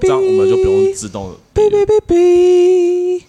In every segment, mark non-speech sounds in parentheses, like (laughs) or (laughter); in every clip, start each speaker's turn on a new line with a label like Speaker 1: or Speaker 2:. Speaker 1: 这样我们就不用自动。
Speaker 2: 哔哔哔哔，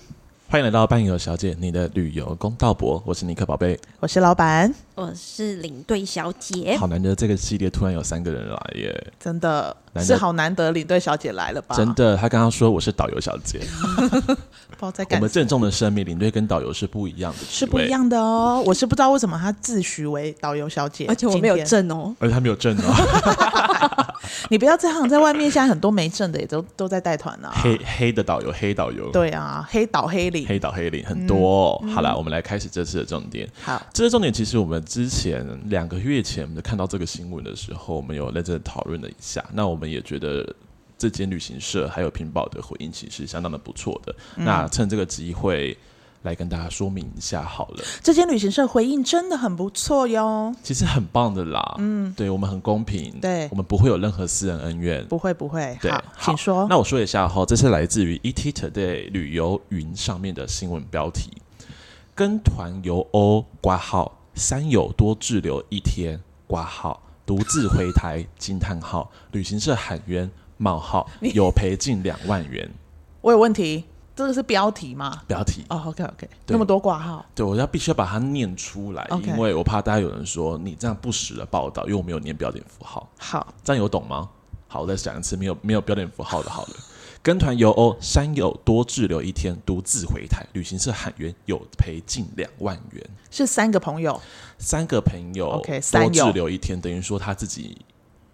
Speaker 1: 欢迎来到半影游小姐，你的旅游公道博，我是尼克宝贝。
Speaker 2: 我是老板，
Speaker 3: 我是领队小
Speaker 2: 哎
Speaker 3: 姐，
Speaker 1: 好难得这个系列突然有三个人来耶，
Speaker 2: 真的
Speaker 1: 难得
Speaker 2: 是好难得领队小姐来了吧？
Speaker 1: 真的。他刚刚说我是导游小姐，
Speaker 2: 不知道在
Speaker 1: 我
Speaker 2: 干
Speaker 1: 们郑重的声明，领队跟导游是不一样的，
Speaker 2: 是不一。样的哦。我是不知道为什么她自诩为导游小姐，
Speaker 3: 而且我没有
Speaker 2: 今天。
Speaker 3: 证哦。
Speaker 1: 而且他没有证哦， (laughs)
Speaker 2: 你不要这样，在外面现在很多没证的也都 (laughs) 都在带团啊。
Speaker 1: 黑黑的导游，黑导游，
Speaker 2: 对嗯啊，黑导黑领。
Speaker 1: 黑导黑领很多哦、好啦，我们来开始这次的重点。
Speaker 2: 好，
Speaker 1: 这个重点其实我们之前两个月前我们看到这个新闻的时候，我们有认真的讨论了一下。那我们也觉得这间旅行社还有屏保的回应其实相当的不错的。那趁这个机会来跟大家说明一下好了，
Speaker 2: 这间旅行社回应真的很不错哟。
Speaker 1: 其实很棒的啦。嗯，对我们很公平，
Speaker 2: 对
Speaker 1: 我们不会有任何私人恩怨。
Speaker 2: 不会不会，
Speaker 1: 对，
Speaker 2: 请说。
Speaker 1: 那我说一下哈，这是来自于 ET Today 旅游云上面的新闻标题：跟团游欧挂号，三友多滞留一天挂号，独自回台惊叹号，旅行社喊冤冒
Speaker 2: (laughs)
Speaker 1: 号，有赔近两万元。
Speaker 2: 我有问题，这个是标题吗？
Speaker 1: 标题，
Speaker 2: 哦，OK OK，
Speaker 1: 对
Speaker 2: 那么多挂号，
Speaker 1: 对我要必须要把它念出来
Speaker 2: OK
Speaker 1: 因为我怕大家有人说你这样不实的报道，因为我没有念标点符号。
Speaker 2: 好，
Speaker 1: 这样有懂吗？好，我再讲一次，没有没有标点符号的，好了。 (laughs) 跟团游欧，山友多滞留一天，独自回台，旅行社喊冤，有赔近两万元。
Speaker 2: 是三个朋友，
Speaker 1: 三个朋友
Speaker 2: OK，
Speaker 1: 多
Speaker 2: 三友
Speaker 1: 滞留一天，等于说他自己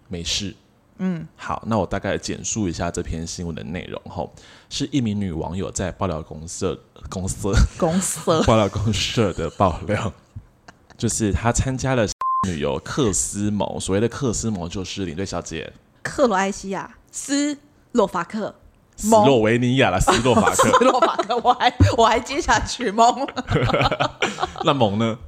Speaker 1: 没事。嗯，好，那我大概简述一下这篇新闻的内容。吼，是一名女网友在爆料公社公社
Speaker 2: 公 (laughs) 司
Speaker 1: (laughs) 爆料公社的爆料，就是她参加了 (laughs) 旅游克斯盟，所谓的克斯盟就是领队小姐
Speaker 3: 克罗埃西亚、斯洛伐克，
Speaker 1: 斯洛维尼亚啦，斯洛伐
Speaker 2: (laughs)
Speaker 1: 克。
Speaker 2: 洛法克，我还我还接下去蒙，
Speaker 1: 那蒙呢？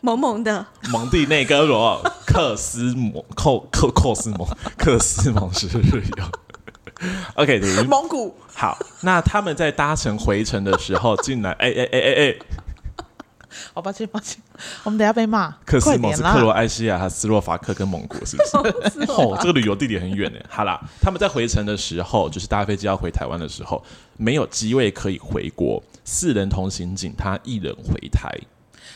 Speaker 3: 萌萌的，
Speaker 1: 蒙地内哥罗、克斯蒙、寇寇寇斯蒙、克斯蒙是日游。OK，等 (laughs) 于
Speaker 2: 蒙古
Speaker 1: 好。那他们在搭乘回程的时候，进来，哎哎哎哎哎，
Speaker 2: 好、抱歉，抱歉，我们等一下被骂。
Speaker 1: 克斯
Speaker 2: 快
Speaker 1: 蒙
Speaker 2: 点
Speaker 1: 是
Speaker 2: 啦！
Speaker 1: 克罗埃西亚、还斯洛伐克跟蒙古，是不是？哦，这个旅游地点很远呢。好啦，他们在回程的时候，就是搭飞机要回台湾的时候，没有机位可以回国，四人同行警他一人回台。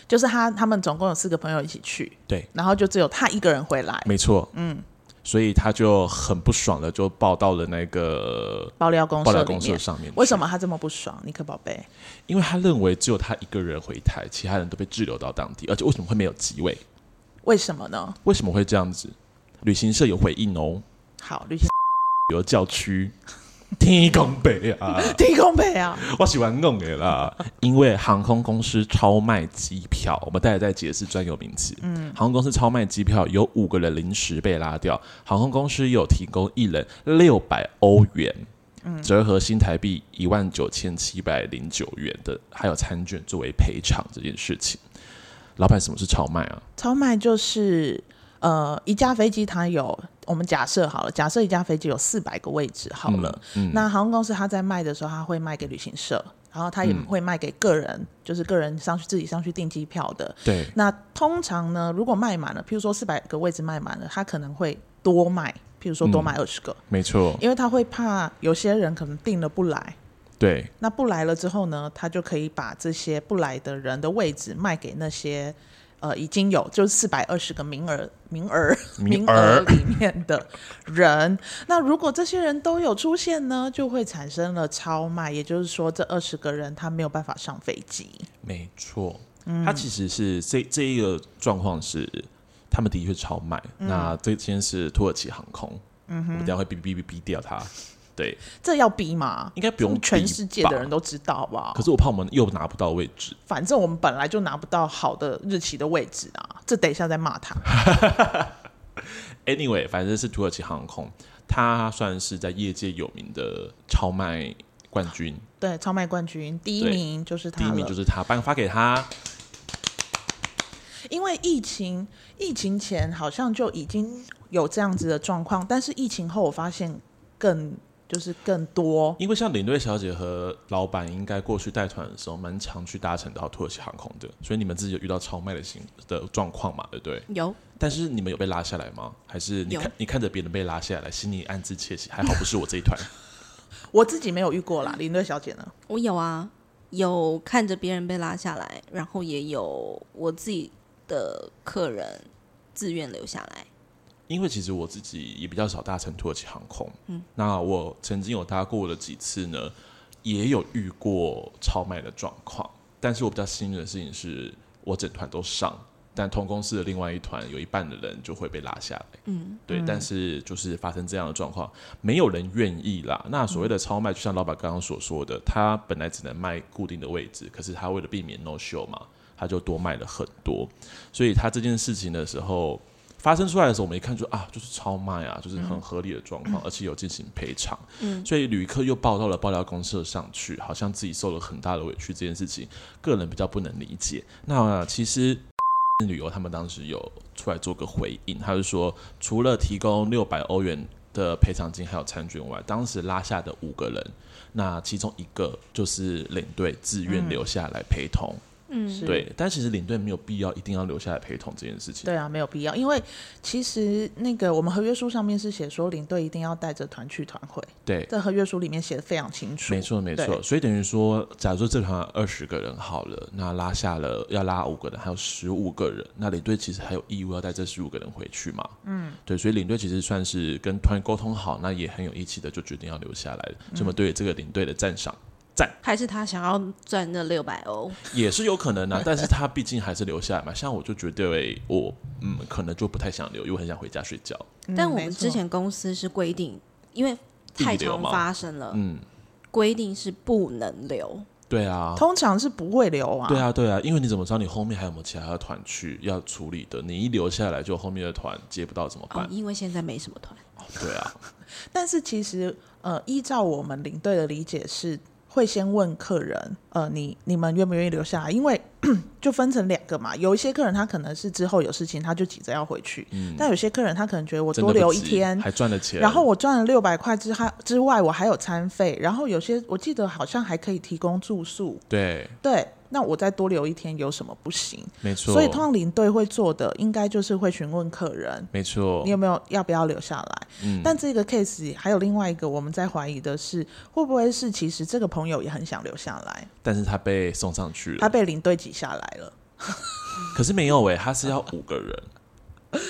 Speaker 2: 就是他，他们总共有四个朋友一起去，
Speaker 1: 对，
Speaker 2: 然后就只有他一个人回来
Speaker 1: 没错，嗯，所以他就很不爽的就报到了那个
Speaker 2: 爆料公
Speaker 1: 爆料
Speaker 2: 社
Speaker 1: 公
Speaker 2: 里
Speaker 1: 社
Speaker 2: 面。
Speaker 1: 上面。
Speaker 2: 为什
Speaker 1: 么？
Speaker 2: 么他这么不爽？尼克宝贝，
Speaker 1: 因为他认为只有他一个人回台，其他人都被滞留到当地，而且为什么会没有机位？
Speaker 2: 为什么呢？
Speaker 1: 为什么会这样子？旅行社有回应哦，
Speaker 2: 好，旅 (laughs) 行
Speaker 1: 旅游教
Speaker 2: (laughs)
Speaker 1: 区。天公北啊，
Speaker 2: 提供北啊，
Speaker 1: 我喜欢弄的啦，因为航空公司超卖机票，我们待会再解释专有名词。嗯，航空公司超卖机票有五个人临时被拉掉，航空公司有提供一人六百欧元，
Speaker 2: 嗯
Speaker 1: 折合新台币一万九千七百零九元的，还有餐券作为赔偿这件事情。老板，什么是超卖啊？
Speaker 2: 超卖就是呃，一架飞机它有，我们假设好了，假设一架飞机有四百个位置好了，
Speaker 1: 嗯，嗯
Speaker 2: 那航空公司它在卖的时候，它会卖给旅行社，然后它
Speaker 1: 嗯
Speaker 2: 也会卖给个人，就是个人上去自己上去订机票的。
Speaker 1: 对，
Speaker 2: 那通常呢，如果卖满了，譬如说四百个位置卖满了，他可能会多卖，譬如说多卖
Speaker 1: 嗯
Speaker 2: 二十个，
Speaker 1: 没错，
Speaker 2: 因为他会怕有些人可能订了不来。
Speaker 1: 对，
Speaker 2: 那不来了之后呢，他就可以把这些不来的人的位置卖给那些呃已经有就是四百二十个名额名额
Speaker 1: 名额
Speaker 2: 额里面的人。那如果这些人都有出现呢，就会产生了超卖，也就是说这二十个人他没有办法上飞机。
Speaker 1: 没错，它其实是这这一个状况是他们的确超卖。那这间是土耳其航空，我们等一下会哔哔哔哔掉它。对，
Speaker 2: 这要逼吗？
Speaker 1: 应该不用
Speaker 2: 全世界的人
Speaker 1: 都。
Speaker 2: 都知道吧？
Speaker 1: 可是我怕我们又拿不到位置，
Speaker 2: 反正我们本来就拿不到好的日期的位置啊，这等一下再骂他。
Speaker 1: Anyway，反正是土耳其航空，它算是在业界有名的超卖冠军，
Speaker 2: 对，超卖冠军第一
Speaker 1: 对
Speaker 2: 名就是他
Speaker 1: 第一
Speaker 2: 了，
Speaker 1: 名就是它，颁发给他。
Speaker 2: 因为疫情，疫情前好像就已经有这样子的状况，但是疫情后我发现更就是更多，
Speaker 1: 因为像领队小姐和老板应该过去带团的时候，蛮常去搭乘到土耳其航空的，所以你们自己有遇到超卖的行的状况嘛？对不对？
Speaker 3: 有
Speaker 1: 但是你们有被拉下来吗？还是你
Speaker 3: 有
Speaker 1: 看你看着别人被拉下来，心里暗自窃喜，还好不是我这一团。
Speaker 2: 我自己没有遇过啦，林队小姐呢？
Speaker 3: 我有啊，有看着别人被拉下来，然后也有我自己的客人自愿留下来。
Speaker 1: 因为其实我自己也比较少搭乘土耳其航空，嗯，那我曾经有搭过的几次呢，也有遇过超卖的状况，但是我比较幸运的事情是我整团都上，但同公司的另外一团有一半的人就会被拉下来，嗯，对，但是就是发生这样的状况，没有人愿意啦。那所谓的超卖，就像老板刚刚所说的，他本来只能卖固定的位置，可是他为了避免 no show 嘛，他就多卖了很多，所以他这件事情的时候。发生出来的时候，我们一看就啊，就是超卖啊，就是很合理的状况，而且有进行赔偿。所以旅客又报到了爆料公社上去，好像自己受了很大的委屈，这件事情个人比较不能理解。那其实。旅游他们当时有出来做个回应，他就说，除了提供六百欧元的赔偿金还有餐券外，当时拉下的五个人，那其中一个就是领队自愿留下来陪同，
Speaker 3: 嗯，
Speaker 2: 是
Speaker 1: 对，但其实领队没有必要一定要留下来陪同这件事情。
Speaker 2: 对啊，没有必要，因为其实那个我们合约书上面是写说领队一定要带着团去团会，
Speaker 1: 对，
Speaker 2: 在合约书里面写的非常清楚。
Speaker 1: 没错，没错。
Speaker 2: 对
Speaker 1: 所以等于说，假如说这团二十个人好了，那拉下了要拉五个人，还有十五个人，那领队其实还有义务要带这十五个人回去嘛。嗯，对，所以领队其实算是跟团沟通好，那也很有义气的，就决定要留下来了。这么对这个领队的赞赏。
Speaker 3: 还是他想要赚那六百欧。
Speaker 1: 也是有可能啊，但是他毕竟还是留下来嘛。像我就觉得我嗯，可能就不太想留，因为我很想回家睡觉。
Speaker 2: 嗯
Speaker 3: 但我
Speaker 2: 没
Speaker 3: 们
Speaker 2: 错
Speaker 3: 之前公司是规定，因为太
Speaker 1: 必留
Speaker 3: 常
Speaker 1: 吗
Speaker 3: 发生了，
Speaker 1: 嗯，
Speaker 3: 规定是不能留。
Speaker 1: 对啊，
Speaker 2: 通常是不会留啊。
Speaker 1: 对啊，对啊，因为你怎么知道你后面还有没有其他的团去要处理的？你一留下来，就后面的团接不到怎么办
Speaker 3: 哦，？因为现在没什么团，
Speaker 1: 对啊，
Speaker 2: 但是其实呃，依照我们领队的理解是。会先问客人，呃，你你们愿不愿意留下来？因为 (coughs) 就分成两个嘛，有一些客人他可能是之后有事情，他就急着要回去；但有些客人他可能 (laughs) 觉得我
Speaker 1: 嗯真
Speaker 2: 多
Speaker 1: 的不
Speaker 2: 留一
Speaker 1: 急
Speaker 2: 天，
Speaker 1: 还赚了钱，
Speaker 2: 然后我赚了六百块之还之外，我还有餐费，然后有些我记得好像还可以提供住宿，
Speaker 1: 对，
Speaker 2: 对，那我再多留一天有什么不行？
Speaker 1: 没错，
Speaker 2: 所以通常领队会做的，应该就是会询问客人。
Speaker 1: 没错
Speaker 2: 你，有没有要不要留下来？
Speaker 1: 嗯
Speaker 2: 但这个 case 还有另外一个我们在怀疑的是，会不会是其实这个朋友也很想留下来，
Speaker 1: 但是他被送上去
Speaker 2: 他
Speaker 1: 了，
Speaker 2: 被领队挤下来了。
Speaker 1: 可是没有诶，他是要五个人，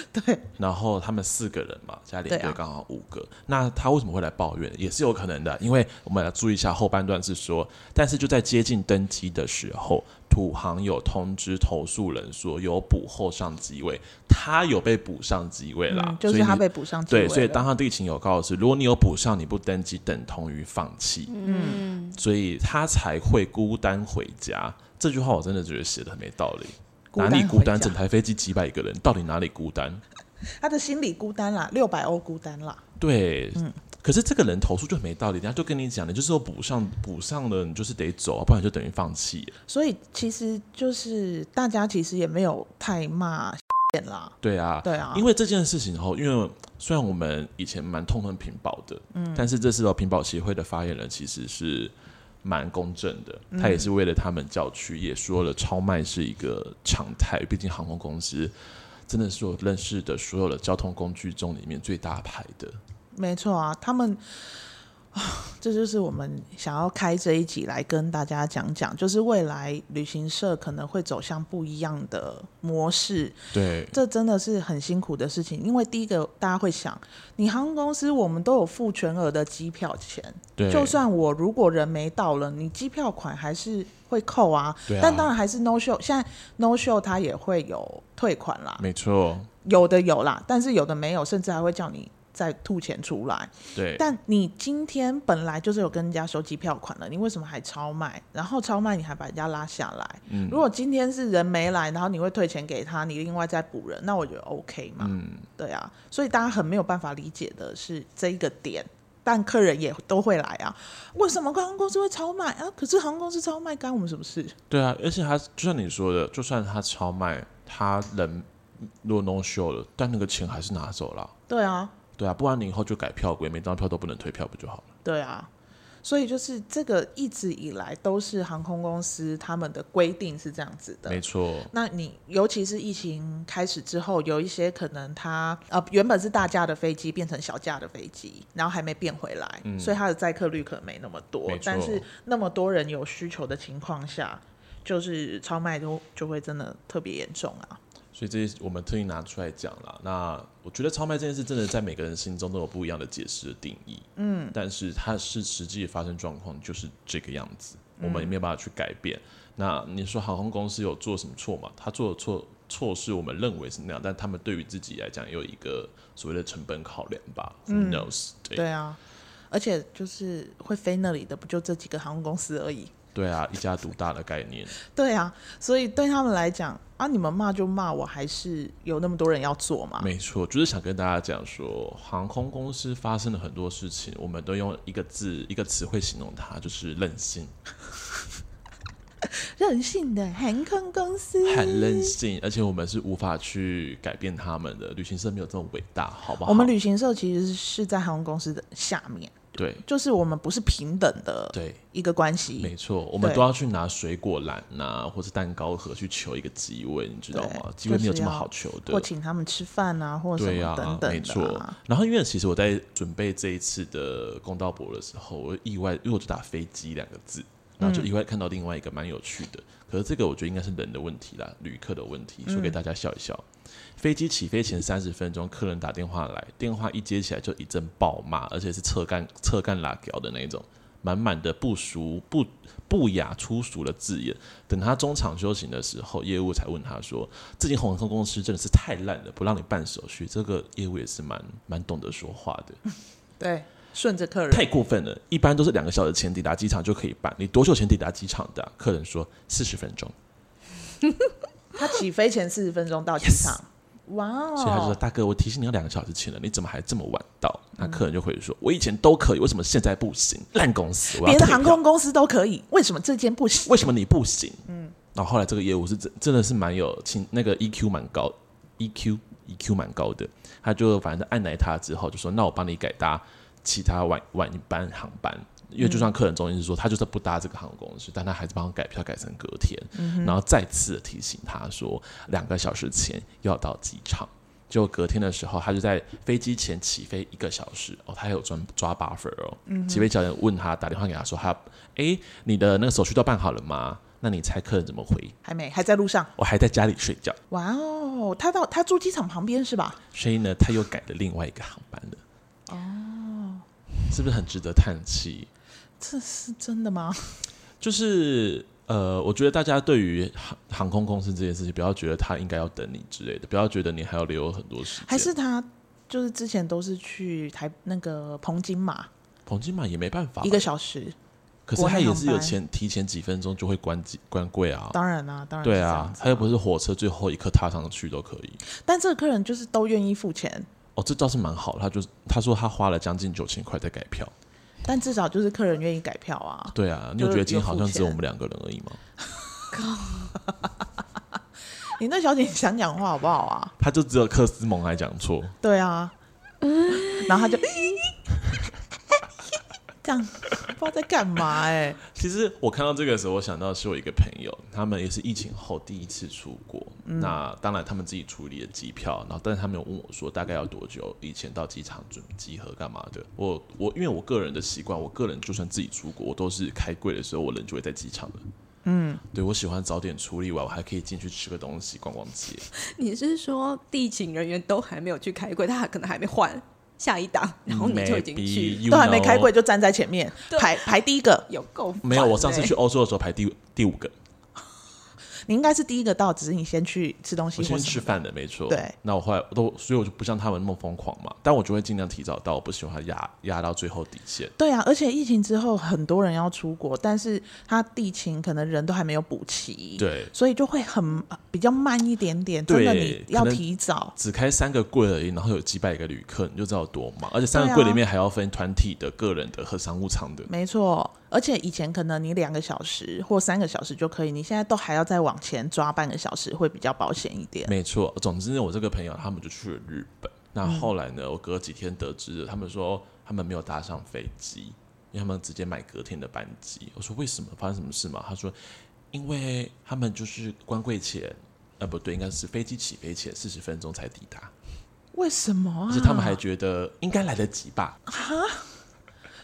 Speaker 2: (laughs) 对，
Speaker 1: 然后他们四个人嘛，加领
Speaker 2: 对
Speaker 1: 队
Speaker 2: 啊
Speaker 1: 刚好五个，那他为什么会来抱怨？也是有可能的，因为我们来注意一下后半段是说，但是就在接近登机的时候，土航有通知投诉人说有补后上机位，他有被补上机位啦，
Speaker 2: 嗯，就
Speaker 1: 所
Speaker 2: 是
Speaker 1: 以
Speaker 2: 他
Speaker 1: 你
Speaker 2: 被补上机
Speaker 1: 对，
Speaker 2: 位
Speaker 1: 所以
Speaker 2: 了
Speaker 1: 当上地勤有告的是，如果你有补上，你不登机等同于放弃。
Speaker 3: 嗯，
Speaker 1: 所以他才会孤单回家。这句话我真的觉得写的很没道理。
Speaker 2: 孤
Speaker 1: 哪
Speaker 2: 单
Speaker 1: 里孤单？
Speaker 2: 回家
Speaker 1: 整台飞机几百个人，到底哪里孤单？
Speaker 2: 他的心理孤单啦，六百欧孤单啦。
Speaker 1: 对，
Speaker 2: 嗯
Speaker 1: 可是这个人投诉就很没道理，人家就跟你讲，你就是有补上补上了，你就是得走，不然就等于放弃。
Speaker 2: 所以其实就是大家其实也没有太骂 (laughs) 啦，
Speaker 1: 对啊，
Speaker 2: 对啊，
Speaker 1: 因
Speaker 2: 为
Speaker 1: 为这件事情后，因为虽然我们以前蛮痛恨屏保的，嗯，但是这次的屏保协会的发言人其实是蛮公正的，
Speaker 2: 嗯
Speaker 1: 他也是为了他们叫屈，也说了超卖是一个常态，毕竟航空公司真的是我认识的所有的交通工具中里面最大牌的，
Speaker 2: 没错啊，他们。啊，这就是我们想要开这一集来跟大家讲讲，就是未来旅行社可能会走向不一样的模式，
Speaker 1: 对，
Speaker 2: 这真的是很辛苦的事情。因为第一个，大家会想，你航空公司我们都有付全额的机票钱，
Speaker 1: 对，
Speaker 2: 就算我如果人没到了，你机票款还是会扣啊。
Speaker 1: 对啊
Speaker 2: 但当然还是 no show，现在 no show 它也会有退款啦，
Speaker 1: 没错，
Speaker 2: 有的有啦，但是有的没有，甚至还会叫你再吐钱出来。
Speaker 1: 对，
Speaker 2: 但你今天本来就是有跟人家收机票款了，你为什么还超卖？然后超卖你还把人家拉下来？
Speaker 1: 嗯
Speaker 2: 如果今天是人没来，然后你会退钱给他，你另外再补人，那我觉得 OK 嘛？
Speaker 1: 嗯，
Speaker 2: 对啊，所以大家很没有办法理解的是这一个点，但客人也都会来啊。为什么航空公司会超卖啊？可是航空公司超卖干我们什么事？
Speaker 1: 对啊，而且他就像你说的，就算他超卖，他人若 no show 了，但那个钱还是拿走了。
Speaker 2: 对啊，
Speaker 1: 对啊，不然你以后就改票规，每张票都不能退票，不就好了？
Speaker 2: 对啊，所以就是这个一直以来都是航空公司他们的规定是这样子的
Speaker 1: 没。错，
Speaker 2: 那你尤其是疫情开始之后，有一些可能它呃原本是大架的飞机变成小架的飞机，然后还没变回来，所以它的载客率可能没那么多
Speaker 1: 嗯没错。
Speaker 2: 但是那么多人有需求的情况下，就是超卖就就会真的特别严重啊。
Speaker 1: 所以这些我们特意拿出来讲了。那我觉得超卖这件事真的在每个人心中都有不一样的解释的定义，嗯，但是它是实际发生状况就是这个样子，我们也没有办法去改变。那你说航空公司有做什么错吗？他做的错错是我们认为是那样，但他们对于自己来讲也有一个所谓的成本考量吧、w h o knows？对
Speaker 2: 对啊，而且就是会飞那里的不就这几个航空公司而已。
Speaker 1: 对啊，一家独大的概念，
Speaker 2: 对啊，所以对他们来讲啊，你们骂就骂，我还是有那么多人要做嘛。
Speaker 1: 没错，就是想跟大家讲说，航空公司发生了很多事情，我们都用一个字、一个词汇形容它，就是任性，
Speaker 2: 任性的航空公司，
Speaker 1: 很任性，而且我们是无法去改变他们的。旅行社没有这么伟大，好不好？
Speaker 2: 我们旅行社其实是在航空公司的下面，
Speaker 1: 对
Speaker 2: 就是我们不是平等的
Speaker 1: 对，
Speaker 2: 一个关
Speaker 1: 没
Speaker 2: 系。
Speaker 1: 错，我们
Speaker 2: 对
Speaker 1: 都要去拿水果篮呐、或是蛋糕盒去求一个机位，你知道吗
Speaker 2: 对？
Speaker 1: 机位没有
Speaker 2: 就是
Speaker 1: 这么
Speaker 2: 要
Speaker 1: 好求的，
Speaker 2: 或请他们吃饭啊，或什
Speaker 1: 对
Speaker 2: 么等
Speaker 1: 没
Speaker 2: 等的、
Speaker 1: 错。然后因为其实我在准备这一次的公道博的时候，我意外，因为我就打飞机两个
Speaker 2: 嗯
Speaker 1: 字，然后就意外看到另外一个蛮有趣的。可是这个我觉得应该是人的问题啦，旅客的问题，
Speaker 2: 嗯
Speaker 1: 说给大家笑一笑。飞机起飞前三十分钟，客人打电话来，电话一接起来就一阵暴骂，而且是侧干侧干拉条的那一种，满满的不俗不不雅粗俗的字眼。等他中场休息的时候，业务才问他说：“这间航空公司真的是太烂了，不让你办手续。”这个业务也是蛮蛮懂得说话的，
Speaker 2: 对，顺着客人，
Speaker 1: 太过分了。一般都是两个小时前抵达机场就可以办，你多久前抵达机场的啊、客人说四十分钟，
Speaker 2: 他起飞前四十分钟到机场，哇哦！
Speaker 1: 所以他就说：“大哥，我提醒你要两个小时前了，你怎么还这么晚到？”那客人就回说：“我以前都可以，为什么现在不行？烂公司，我要
Speaker 2: 别的
Speaker 1: 退
Speaker 2: 航
Speaker 1: 票
Speaker 2: 空公司都可以，为什么这间不行？
Speaker 1: 为什么你不行？嗯，然后后来这个业务是真真的是蛮有情，那个 EQ 蛮高，EQ，E EQ 蛮高的，他就反正按来他之后就说，那我帮你改搭其他晚晚一班航班。因为就算客人中间是说他就是不搭这个航空公司，但他还是帮我改票改成隔天，然后再次地提醒他说两个小时前要到机场。结果隔天的时候，他就在飞机前起飞一个小时哦，他还有专抓 buffer 哦。起飞教练问他打电话给他说他，诶，哎你的那个手续都办好了吗？那你猜客人怎么回？
Speaker 2: 还没，还在路上。
Speaker 1: 我还在家里睡觉，
Speaker 2: 哇哦，他到他住机场旁边是吧？
Speaker 1: 所以呢，他又改了另外一个航班了。哦，是不是很值得叹气？
Speaker 2: 这是真的吗？
Speaker 1: 就是呃，我觉得大家对于航航空公司这件事情，不要觉得他应该要等你之类的，不要觉得你还要留很多时间。
Speaker 2: 还是他就是之前都是去台那个彭金马
Speaker 1: 彭金马也没办法啊
Speaker 2: 一，个小时？
Speaker 1: 可是
Speaker 2: 国内
Speaker 1: 他也
Speaker 2: 航
Speaker 1: 是有
Speaker 2: 班
Speaker 1: 前提前几分钟就会关机关柜啊。
Speaker 2: 当然啦、当然是
Speaker 1: 对
Speaker 2: 这
Speaker 1: 啊
Speaker 2: 样，子
Speaker 1: 他又不是火车最后一刻踏上去都可以。
Speaker 2: 但这个客人就是都愿意付钱，
Speaker 1: 哦，这倒是蛮好的。他就是他说他花了将近九千块在改票。
Speaker 2: 但至少就是客人愿意改票啊。
Speaker 1: 对啊，你
Speaker 2: 就
Speaker 1: 有觉
Speaker 2: 是
Speaker 1: 得今天
Speaker 2: 有
Speaker 1: 好
Speaker 2: 付
Speaker 1: 像只有我
Speaker 2: 钱
Speaker 1: 们两个人而已吗？
Speaker 2: 你那小姐想讲话好不好啊？
Speaker 1: 他就只有克斯蒙还讲错，
Speaker 2: 对啊，然后他就这样，不知道在干嘛哎、
Speaker 1: 其实我看到这个的时候，我想到是我一个朋友，他们也是疫情后第一次出国。
Speaker 2: 嗯
Speaker 1: 那当然，他们自己处理了机票，然后但是他们有问我说，大概要多久以前到机场准集合干嘛的？我我因为我个人的习惯，我个人就算自己出国，我都是开柜的时候，我人就会在机场了。嗯，对我喜欢早点处理完，我还可以进去吃个东西、逛逛街。
Speaker 3: 你是说地勤人员都还没有去开柜，他可能还没换下一档，然后你就已经
Speaker 1: Maybe
Speaker 3: 去，
Speaker 1: you
Speaker 2: 都还没开
Speaker 1: know
Speaker 2: 柜就站在前面
Speaker 3: 对
Speaker 2: 排排第一个，
Speaker 3: 有够烦
Speaker 1: 没有，我上次
Speaker 3: 欸
Speaker 1: 去欧洲的时候排第第五个，
Speaker 2: 你应该是第一个到，只是你先去吃东
Speaker 1: 我
Speaker 2: 西或什
Speaker 1: 先
Speaker 2: 么
Speaker 1: 吃饭的，没错。
Speaker 2: 对，
Speaker 1: 那我后来我都，所以我就不像他们那么疯狂嘛，但我就会尽量提早到，我不喜欢压压到最后底线。
Speaker 2: 对啊，而且疫情之后很多人要出国，但是他地勤可能人都还没有补齐，，
Speaker 1: 对，
Speaker 2: 所以就会很比较慢一点点。真的，
Speaker 1: 对
Speaker 2: 你要
Speaker 1: 可能
Speaker 2: 提早。
Speaker 1: 只开三个柜而已，然后有几百个旅客，你就知道有多忙，而且三个柜里面还要分团体的、个人的和商务舱的。
Speaker 2: 没错，而且以前可能你两个小时或三个小时就可以，你现在都还要再往前抓半个小时，会比较保险一点。
Speaker 1: 没错，总之呢，我这个朋友他们就去了日
Speaker 2: 嗯
Speaker 1: 本。那后来呢，我隔几天得知了，他们说他们没有搭上飞机，因因为他们直接买隔天的班机。我说为什么？发生什么事吗？他说，因为他们就是关柜前，呃，不对，应该是飞机起飞前四十分钟才抵达，
Speaker 2: 为什么
Speaker 1: 而
Speaker 2: 啊？
Speaker 1: 且他们还觉得应该来得及吧？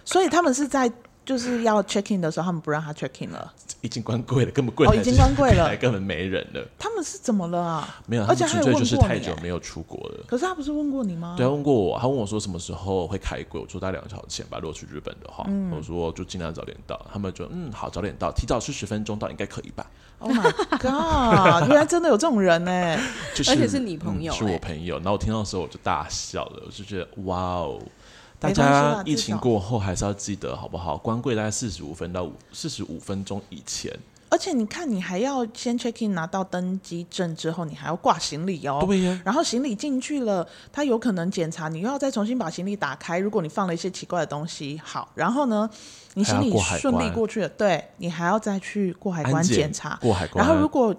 Speaker 2: 所以他们是在就是要 check in 的时候，他们不让他 check in 了。
Speaker 1: 已经关柜了，根本柜
Speaker 2: 哦
Speaker 1: 台
Speaker 2: 已经
Speaker 1: 就是
Speaker 2: 关柜了
Speaker 1: (laughs) 柜台根本没人了。
Speaker 2: 他们是怎么了啊？
Speaker 1: 没有，他
Speaker 2: 而且
Speaker 1: 们
Speaker 2: 他
Speaker 1: 纯
Speaker 2: 有
Speaker 1: 粹
Speaker 2: 问
Speaker 1: 就是
Speaker 2: 过
Speaker 1: 太
Speaker 2: 你
Speaker 1: 久
Speaker 2: 欸
Speaker 1: 没有出国了。
Speaker 2: 可是他不是问过你吗？
Speaker 1: 对，他啊问过我，他问我说什么时候会开柜，我说大概两个小时前吧。如果去日本的话，
Speaker 2: 嗯
Speaker 1: 我说就尽量早点到。他们就嗯好，早点到，提早四十分钟到应该可以吧？
Speaker 2: ，Oh my god！原来真的有这种人欸呢。
Speaker 1: 就是
Speaker 3: 而且是你朋友
Speaker 1: 嗯是
Speaker 3: 欸
Speaker 1: 我朋友。然后我听到的时候我就大笑了，我就觉得哇哦。大
Speaker 2: 没关系啦
Speaker 1: 家疫情
Speaker 2: 至少
Speaker 1: 过后还是要记得好不好？关柜大概四十五分到五四十五分钟以前。
Speaker 2: 而且你看，你还要先 check in 拿到登机证之后，你还要挂行李哦。
Speaker 1: 对呀，
Speaker 2: 然后行李进去了，他有可能检查，你又要再重新把行李打开。如果你放了一些奇怪的东西，好，然后呢，你行
Speaker 1: 还要
Speaker 2: 李
Speaker 1: 过海
Speaker 2: 顺利
Speaker 1: 关
Speaker 2: 过去了，对你还要再去过海
Speaker 1: 安
Speaker 2: 关
Speaker 1: 检
Speaker 2: 检查。
Speaker 1: 过海关。
Speaker 2: 然后如果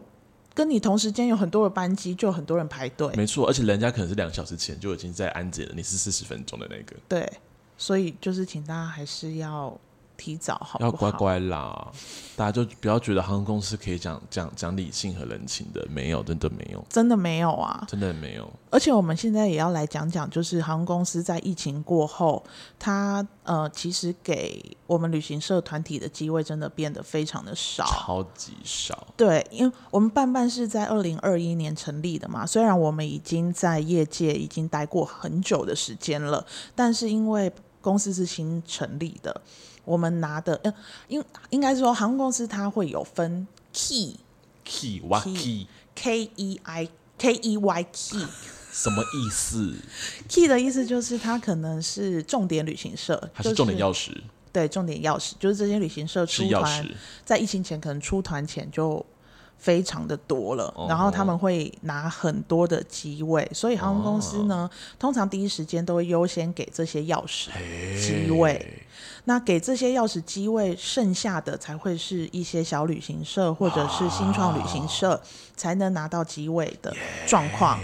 Speaker 2: 跟你同时间有很多的班机，就有很多人排队，
Speaker 1: 没错，而且人家可能是两小时前就已经在安检了，你是四十分钟的那个，
Speaker 2: 对，所以就是请大家还是要提早，好不
Speaker 1: 要
Speaker 2: 好？
Speaker 1: 乖乖啦！大家就不要觉得航空公司可以讲讲讲理性和人情的，没有，真的没有，
Speaker 2: 真的没有啊，
Speaker 1: 真的没有。
Speaker 2: 而且我们现在也要来讲讲，就是航空公司在疫情过后，它呃，其实给我们旅行社团体的机会真的变得非常的少。
Speaker 1: 超级少，
Speaker 2: 对，因为我们办办是在二零二一年成立的嘛，虽然我们已经在业界已经待过很久的时间了，但是因为公司是新成立的，我们拿的，呃、应应该是说航空公司它会有分 key
Speaker 1: key 哇
Speaker 2: Key
Speaker 1: key
Speaker 2: k e i k e y key。
Speaker 1: 什么意思？
Speaker 2: Key 的意思就是它可能是重点旅行社，
Speaker 1: 它是重点
Speaker 2: 就是、
Speaker 1: 钥匙，
Speaker 2: 对重点钥匙，就是这些旅行社
Speaker 1: 是
Speaker 2: 出
Speaker 1: 钥
Speaker 2: 团
Speaker 1: 匙，
Speaker 2: 在疫情前可能出团前就非常的多了，
Speaker 1: 哦
Speaker 2: 然后他们会拿很多的机位，所以航空公司
Speaker 1: 哦
Speaker 2: 呢，通常第一时间都会优先给这些钥匙。机位那给这些钥匙机位，剩下的才会是一些小旅行社或者是新创旅行
Speaker 1: 啊
Speaker 2: 社才能拿到机位的状况。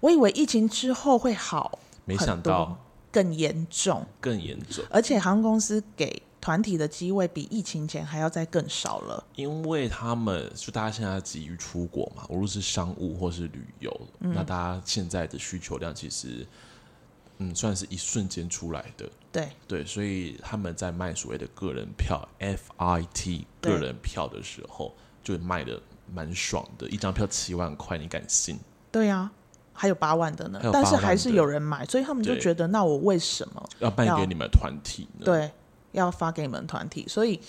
Speaker 2: 我以为疫情之后会好，
Speaker 1: 没想
Speaker 2: 很多
Speaker 1: 到
Speaker 2: 更严重，
Speaker 1: 更严重，
Speaker 2: 而且航空公司给团体的机位比疫情前还要再更少了。
Speaker 1: 因为他们就大家现在急于出国嘛，无论是商务或是旅游，
Speaker 2: 嗯
Speaker 1: 那大家现在的需求量其实，嗯，算是一瞬间出来的。
Speaker 2: 对，
Speaker 1: 对，所以他们在卖所谓的个人票 （FIT）
Speaker 2: 对
Speaker 1: 个人票的时候，就卖的蛮爽的，一张票七万块，你敢信？
Speaker 2: 对呀、啊，还有八万的呢
Speaker 1: 还，有
Speaker 2: 但
Speaker 1: 8
Speaker 2: 是
Speaker 1: 万的
Speaker 2: 还是有人买，所以他们就
Speaker 1: 对
Speaker 2: 觉得，那我为什么
Speaker 1: 要卖
Speaker 2: 要
Speaker 1: 给你们团体呢？，
Speaker 2: 对要发给你们团体？所以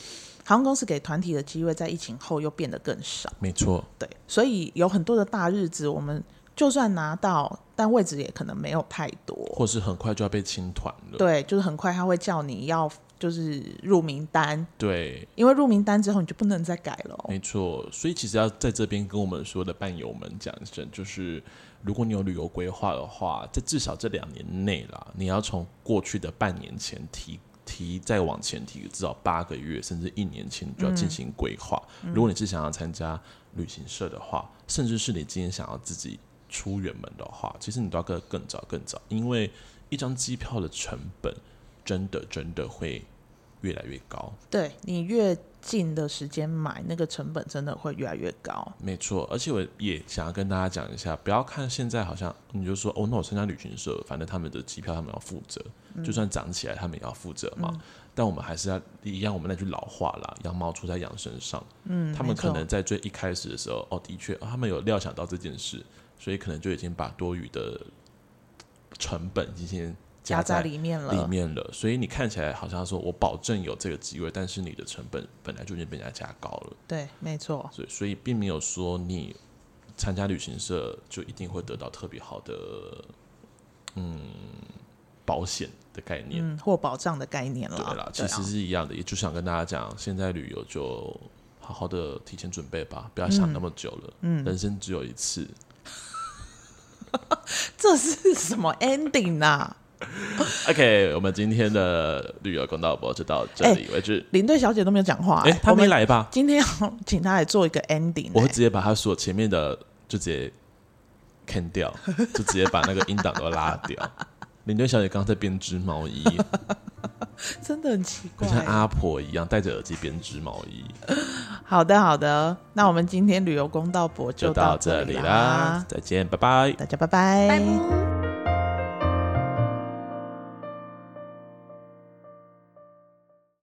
Speaker 2: 航空公司给团体的机会在疫情后又变得更少。
Speaker 1: 没错，
Speaker 2: 对，所以有很多的大日子，我们就算拿到，但位置也可能没有太多。
Speaker 1: 或是很快就要被清团了。
Speaker 2: 对，就是很快他会叫你要就是入名单，
Speaker 1: 对，
Speaker 2: 因为入名单之后你就不能再改了哦、
Speaker 1: 没错。所以其实要在这边跟我们所有的伴友们讲一声，就是如果你有旅游规划的话，在至少这两年内啦，你要从过去的半年前提。提再往前提，至少八个月甚至一年前你就要进行规划。如果你是想要参加旅行社的话，甚至是你今天想要自己出远门的话，其实你都要更更早更早，因为一张机票的成本真的真的会越来越高。
Speaker 2: 对你越近的时间买，那个成本真的会越来越高。
Speaker 1: 没错，而且我也想要跟大家讲一下，不要看现在好像你就说哦，那我参加旅行社，反正他们的机票他们要负责，
Speaker 2: 嗯
Speaker 1: 就算涨起来他们也要负责嘛。但我们还是要一样，我们那句老话啦，羊毛出在羊身上。
Speaker 2: 嗯，
Speaker 1: 他们
Speaker 2: 没错
Speaker 1: 可能在最一开始的时候，哦，的确、哦他们有料想到这件事，所以可能就已经把多余的成本已经先
Speaker 2: 加在
Speaker 1: 在
Speaker 2: 里面了。
Speaker 1: 里面了。所以你看起来好像说我保证有这个机会，但是你的成本本来就已经被人家加高了。
Speaker 2: 对，没错，
Speaker 1: 所以所以并没有说你参加旅行社就一定会得到特别好的嗯保险的概念。
Speaker 2: 嗯，或保障的概念了。
Speaker 1: 对啦，其实
Speaker 2: 啊、
Speaker 1: 是一样的，也就想跟大家讲，现在旅游就好好的提前准备吧，不要想那么久了。嗯，人生只有一次，
Speaker 2: 这是什么 ending 啊？
Speaker 1: OK，我们今天的旅游公道博就到这里为止。
Speaker 2: 领队小姐都没有讲话、
Speaker 1: 哎、
Speaker 2: 哎
Speaker 1: 他没。
Speaker 2: 我们
Speaker 1: 来吧？
Speaker 2: 今天要请她来做一个 ending，、
Speaker 1: 我会
Speaker 2: 哎
Speaker 1: 直接把他所有前面的就直接 can 掉， (laughs) 就直接把那个音档都拉掉。领队小姐刚刚在编织毛衣，
Speaker 2: 真的很奇
Speaker 1: 就
Speaker 2: 怪。
Speaker 1: 像阿婆一样戴着耳机编织毛衣。
Speaker 2: 好的，好的，那我们今天旅游公道博
Speaker 1: 就
Speaker 2: 到
Speaker 1: 到这
Speaker 2: 里
Speaker 1: 里啦，，再见，拜拜。
Speaker 2: 大家拜拜，
Speaker 3: 拜拜。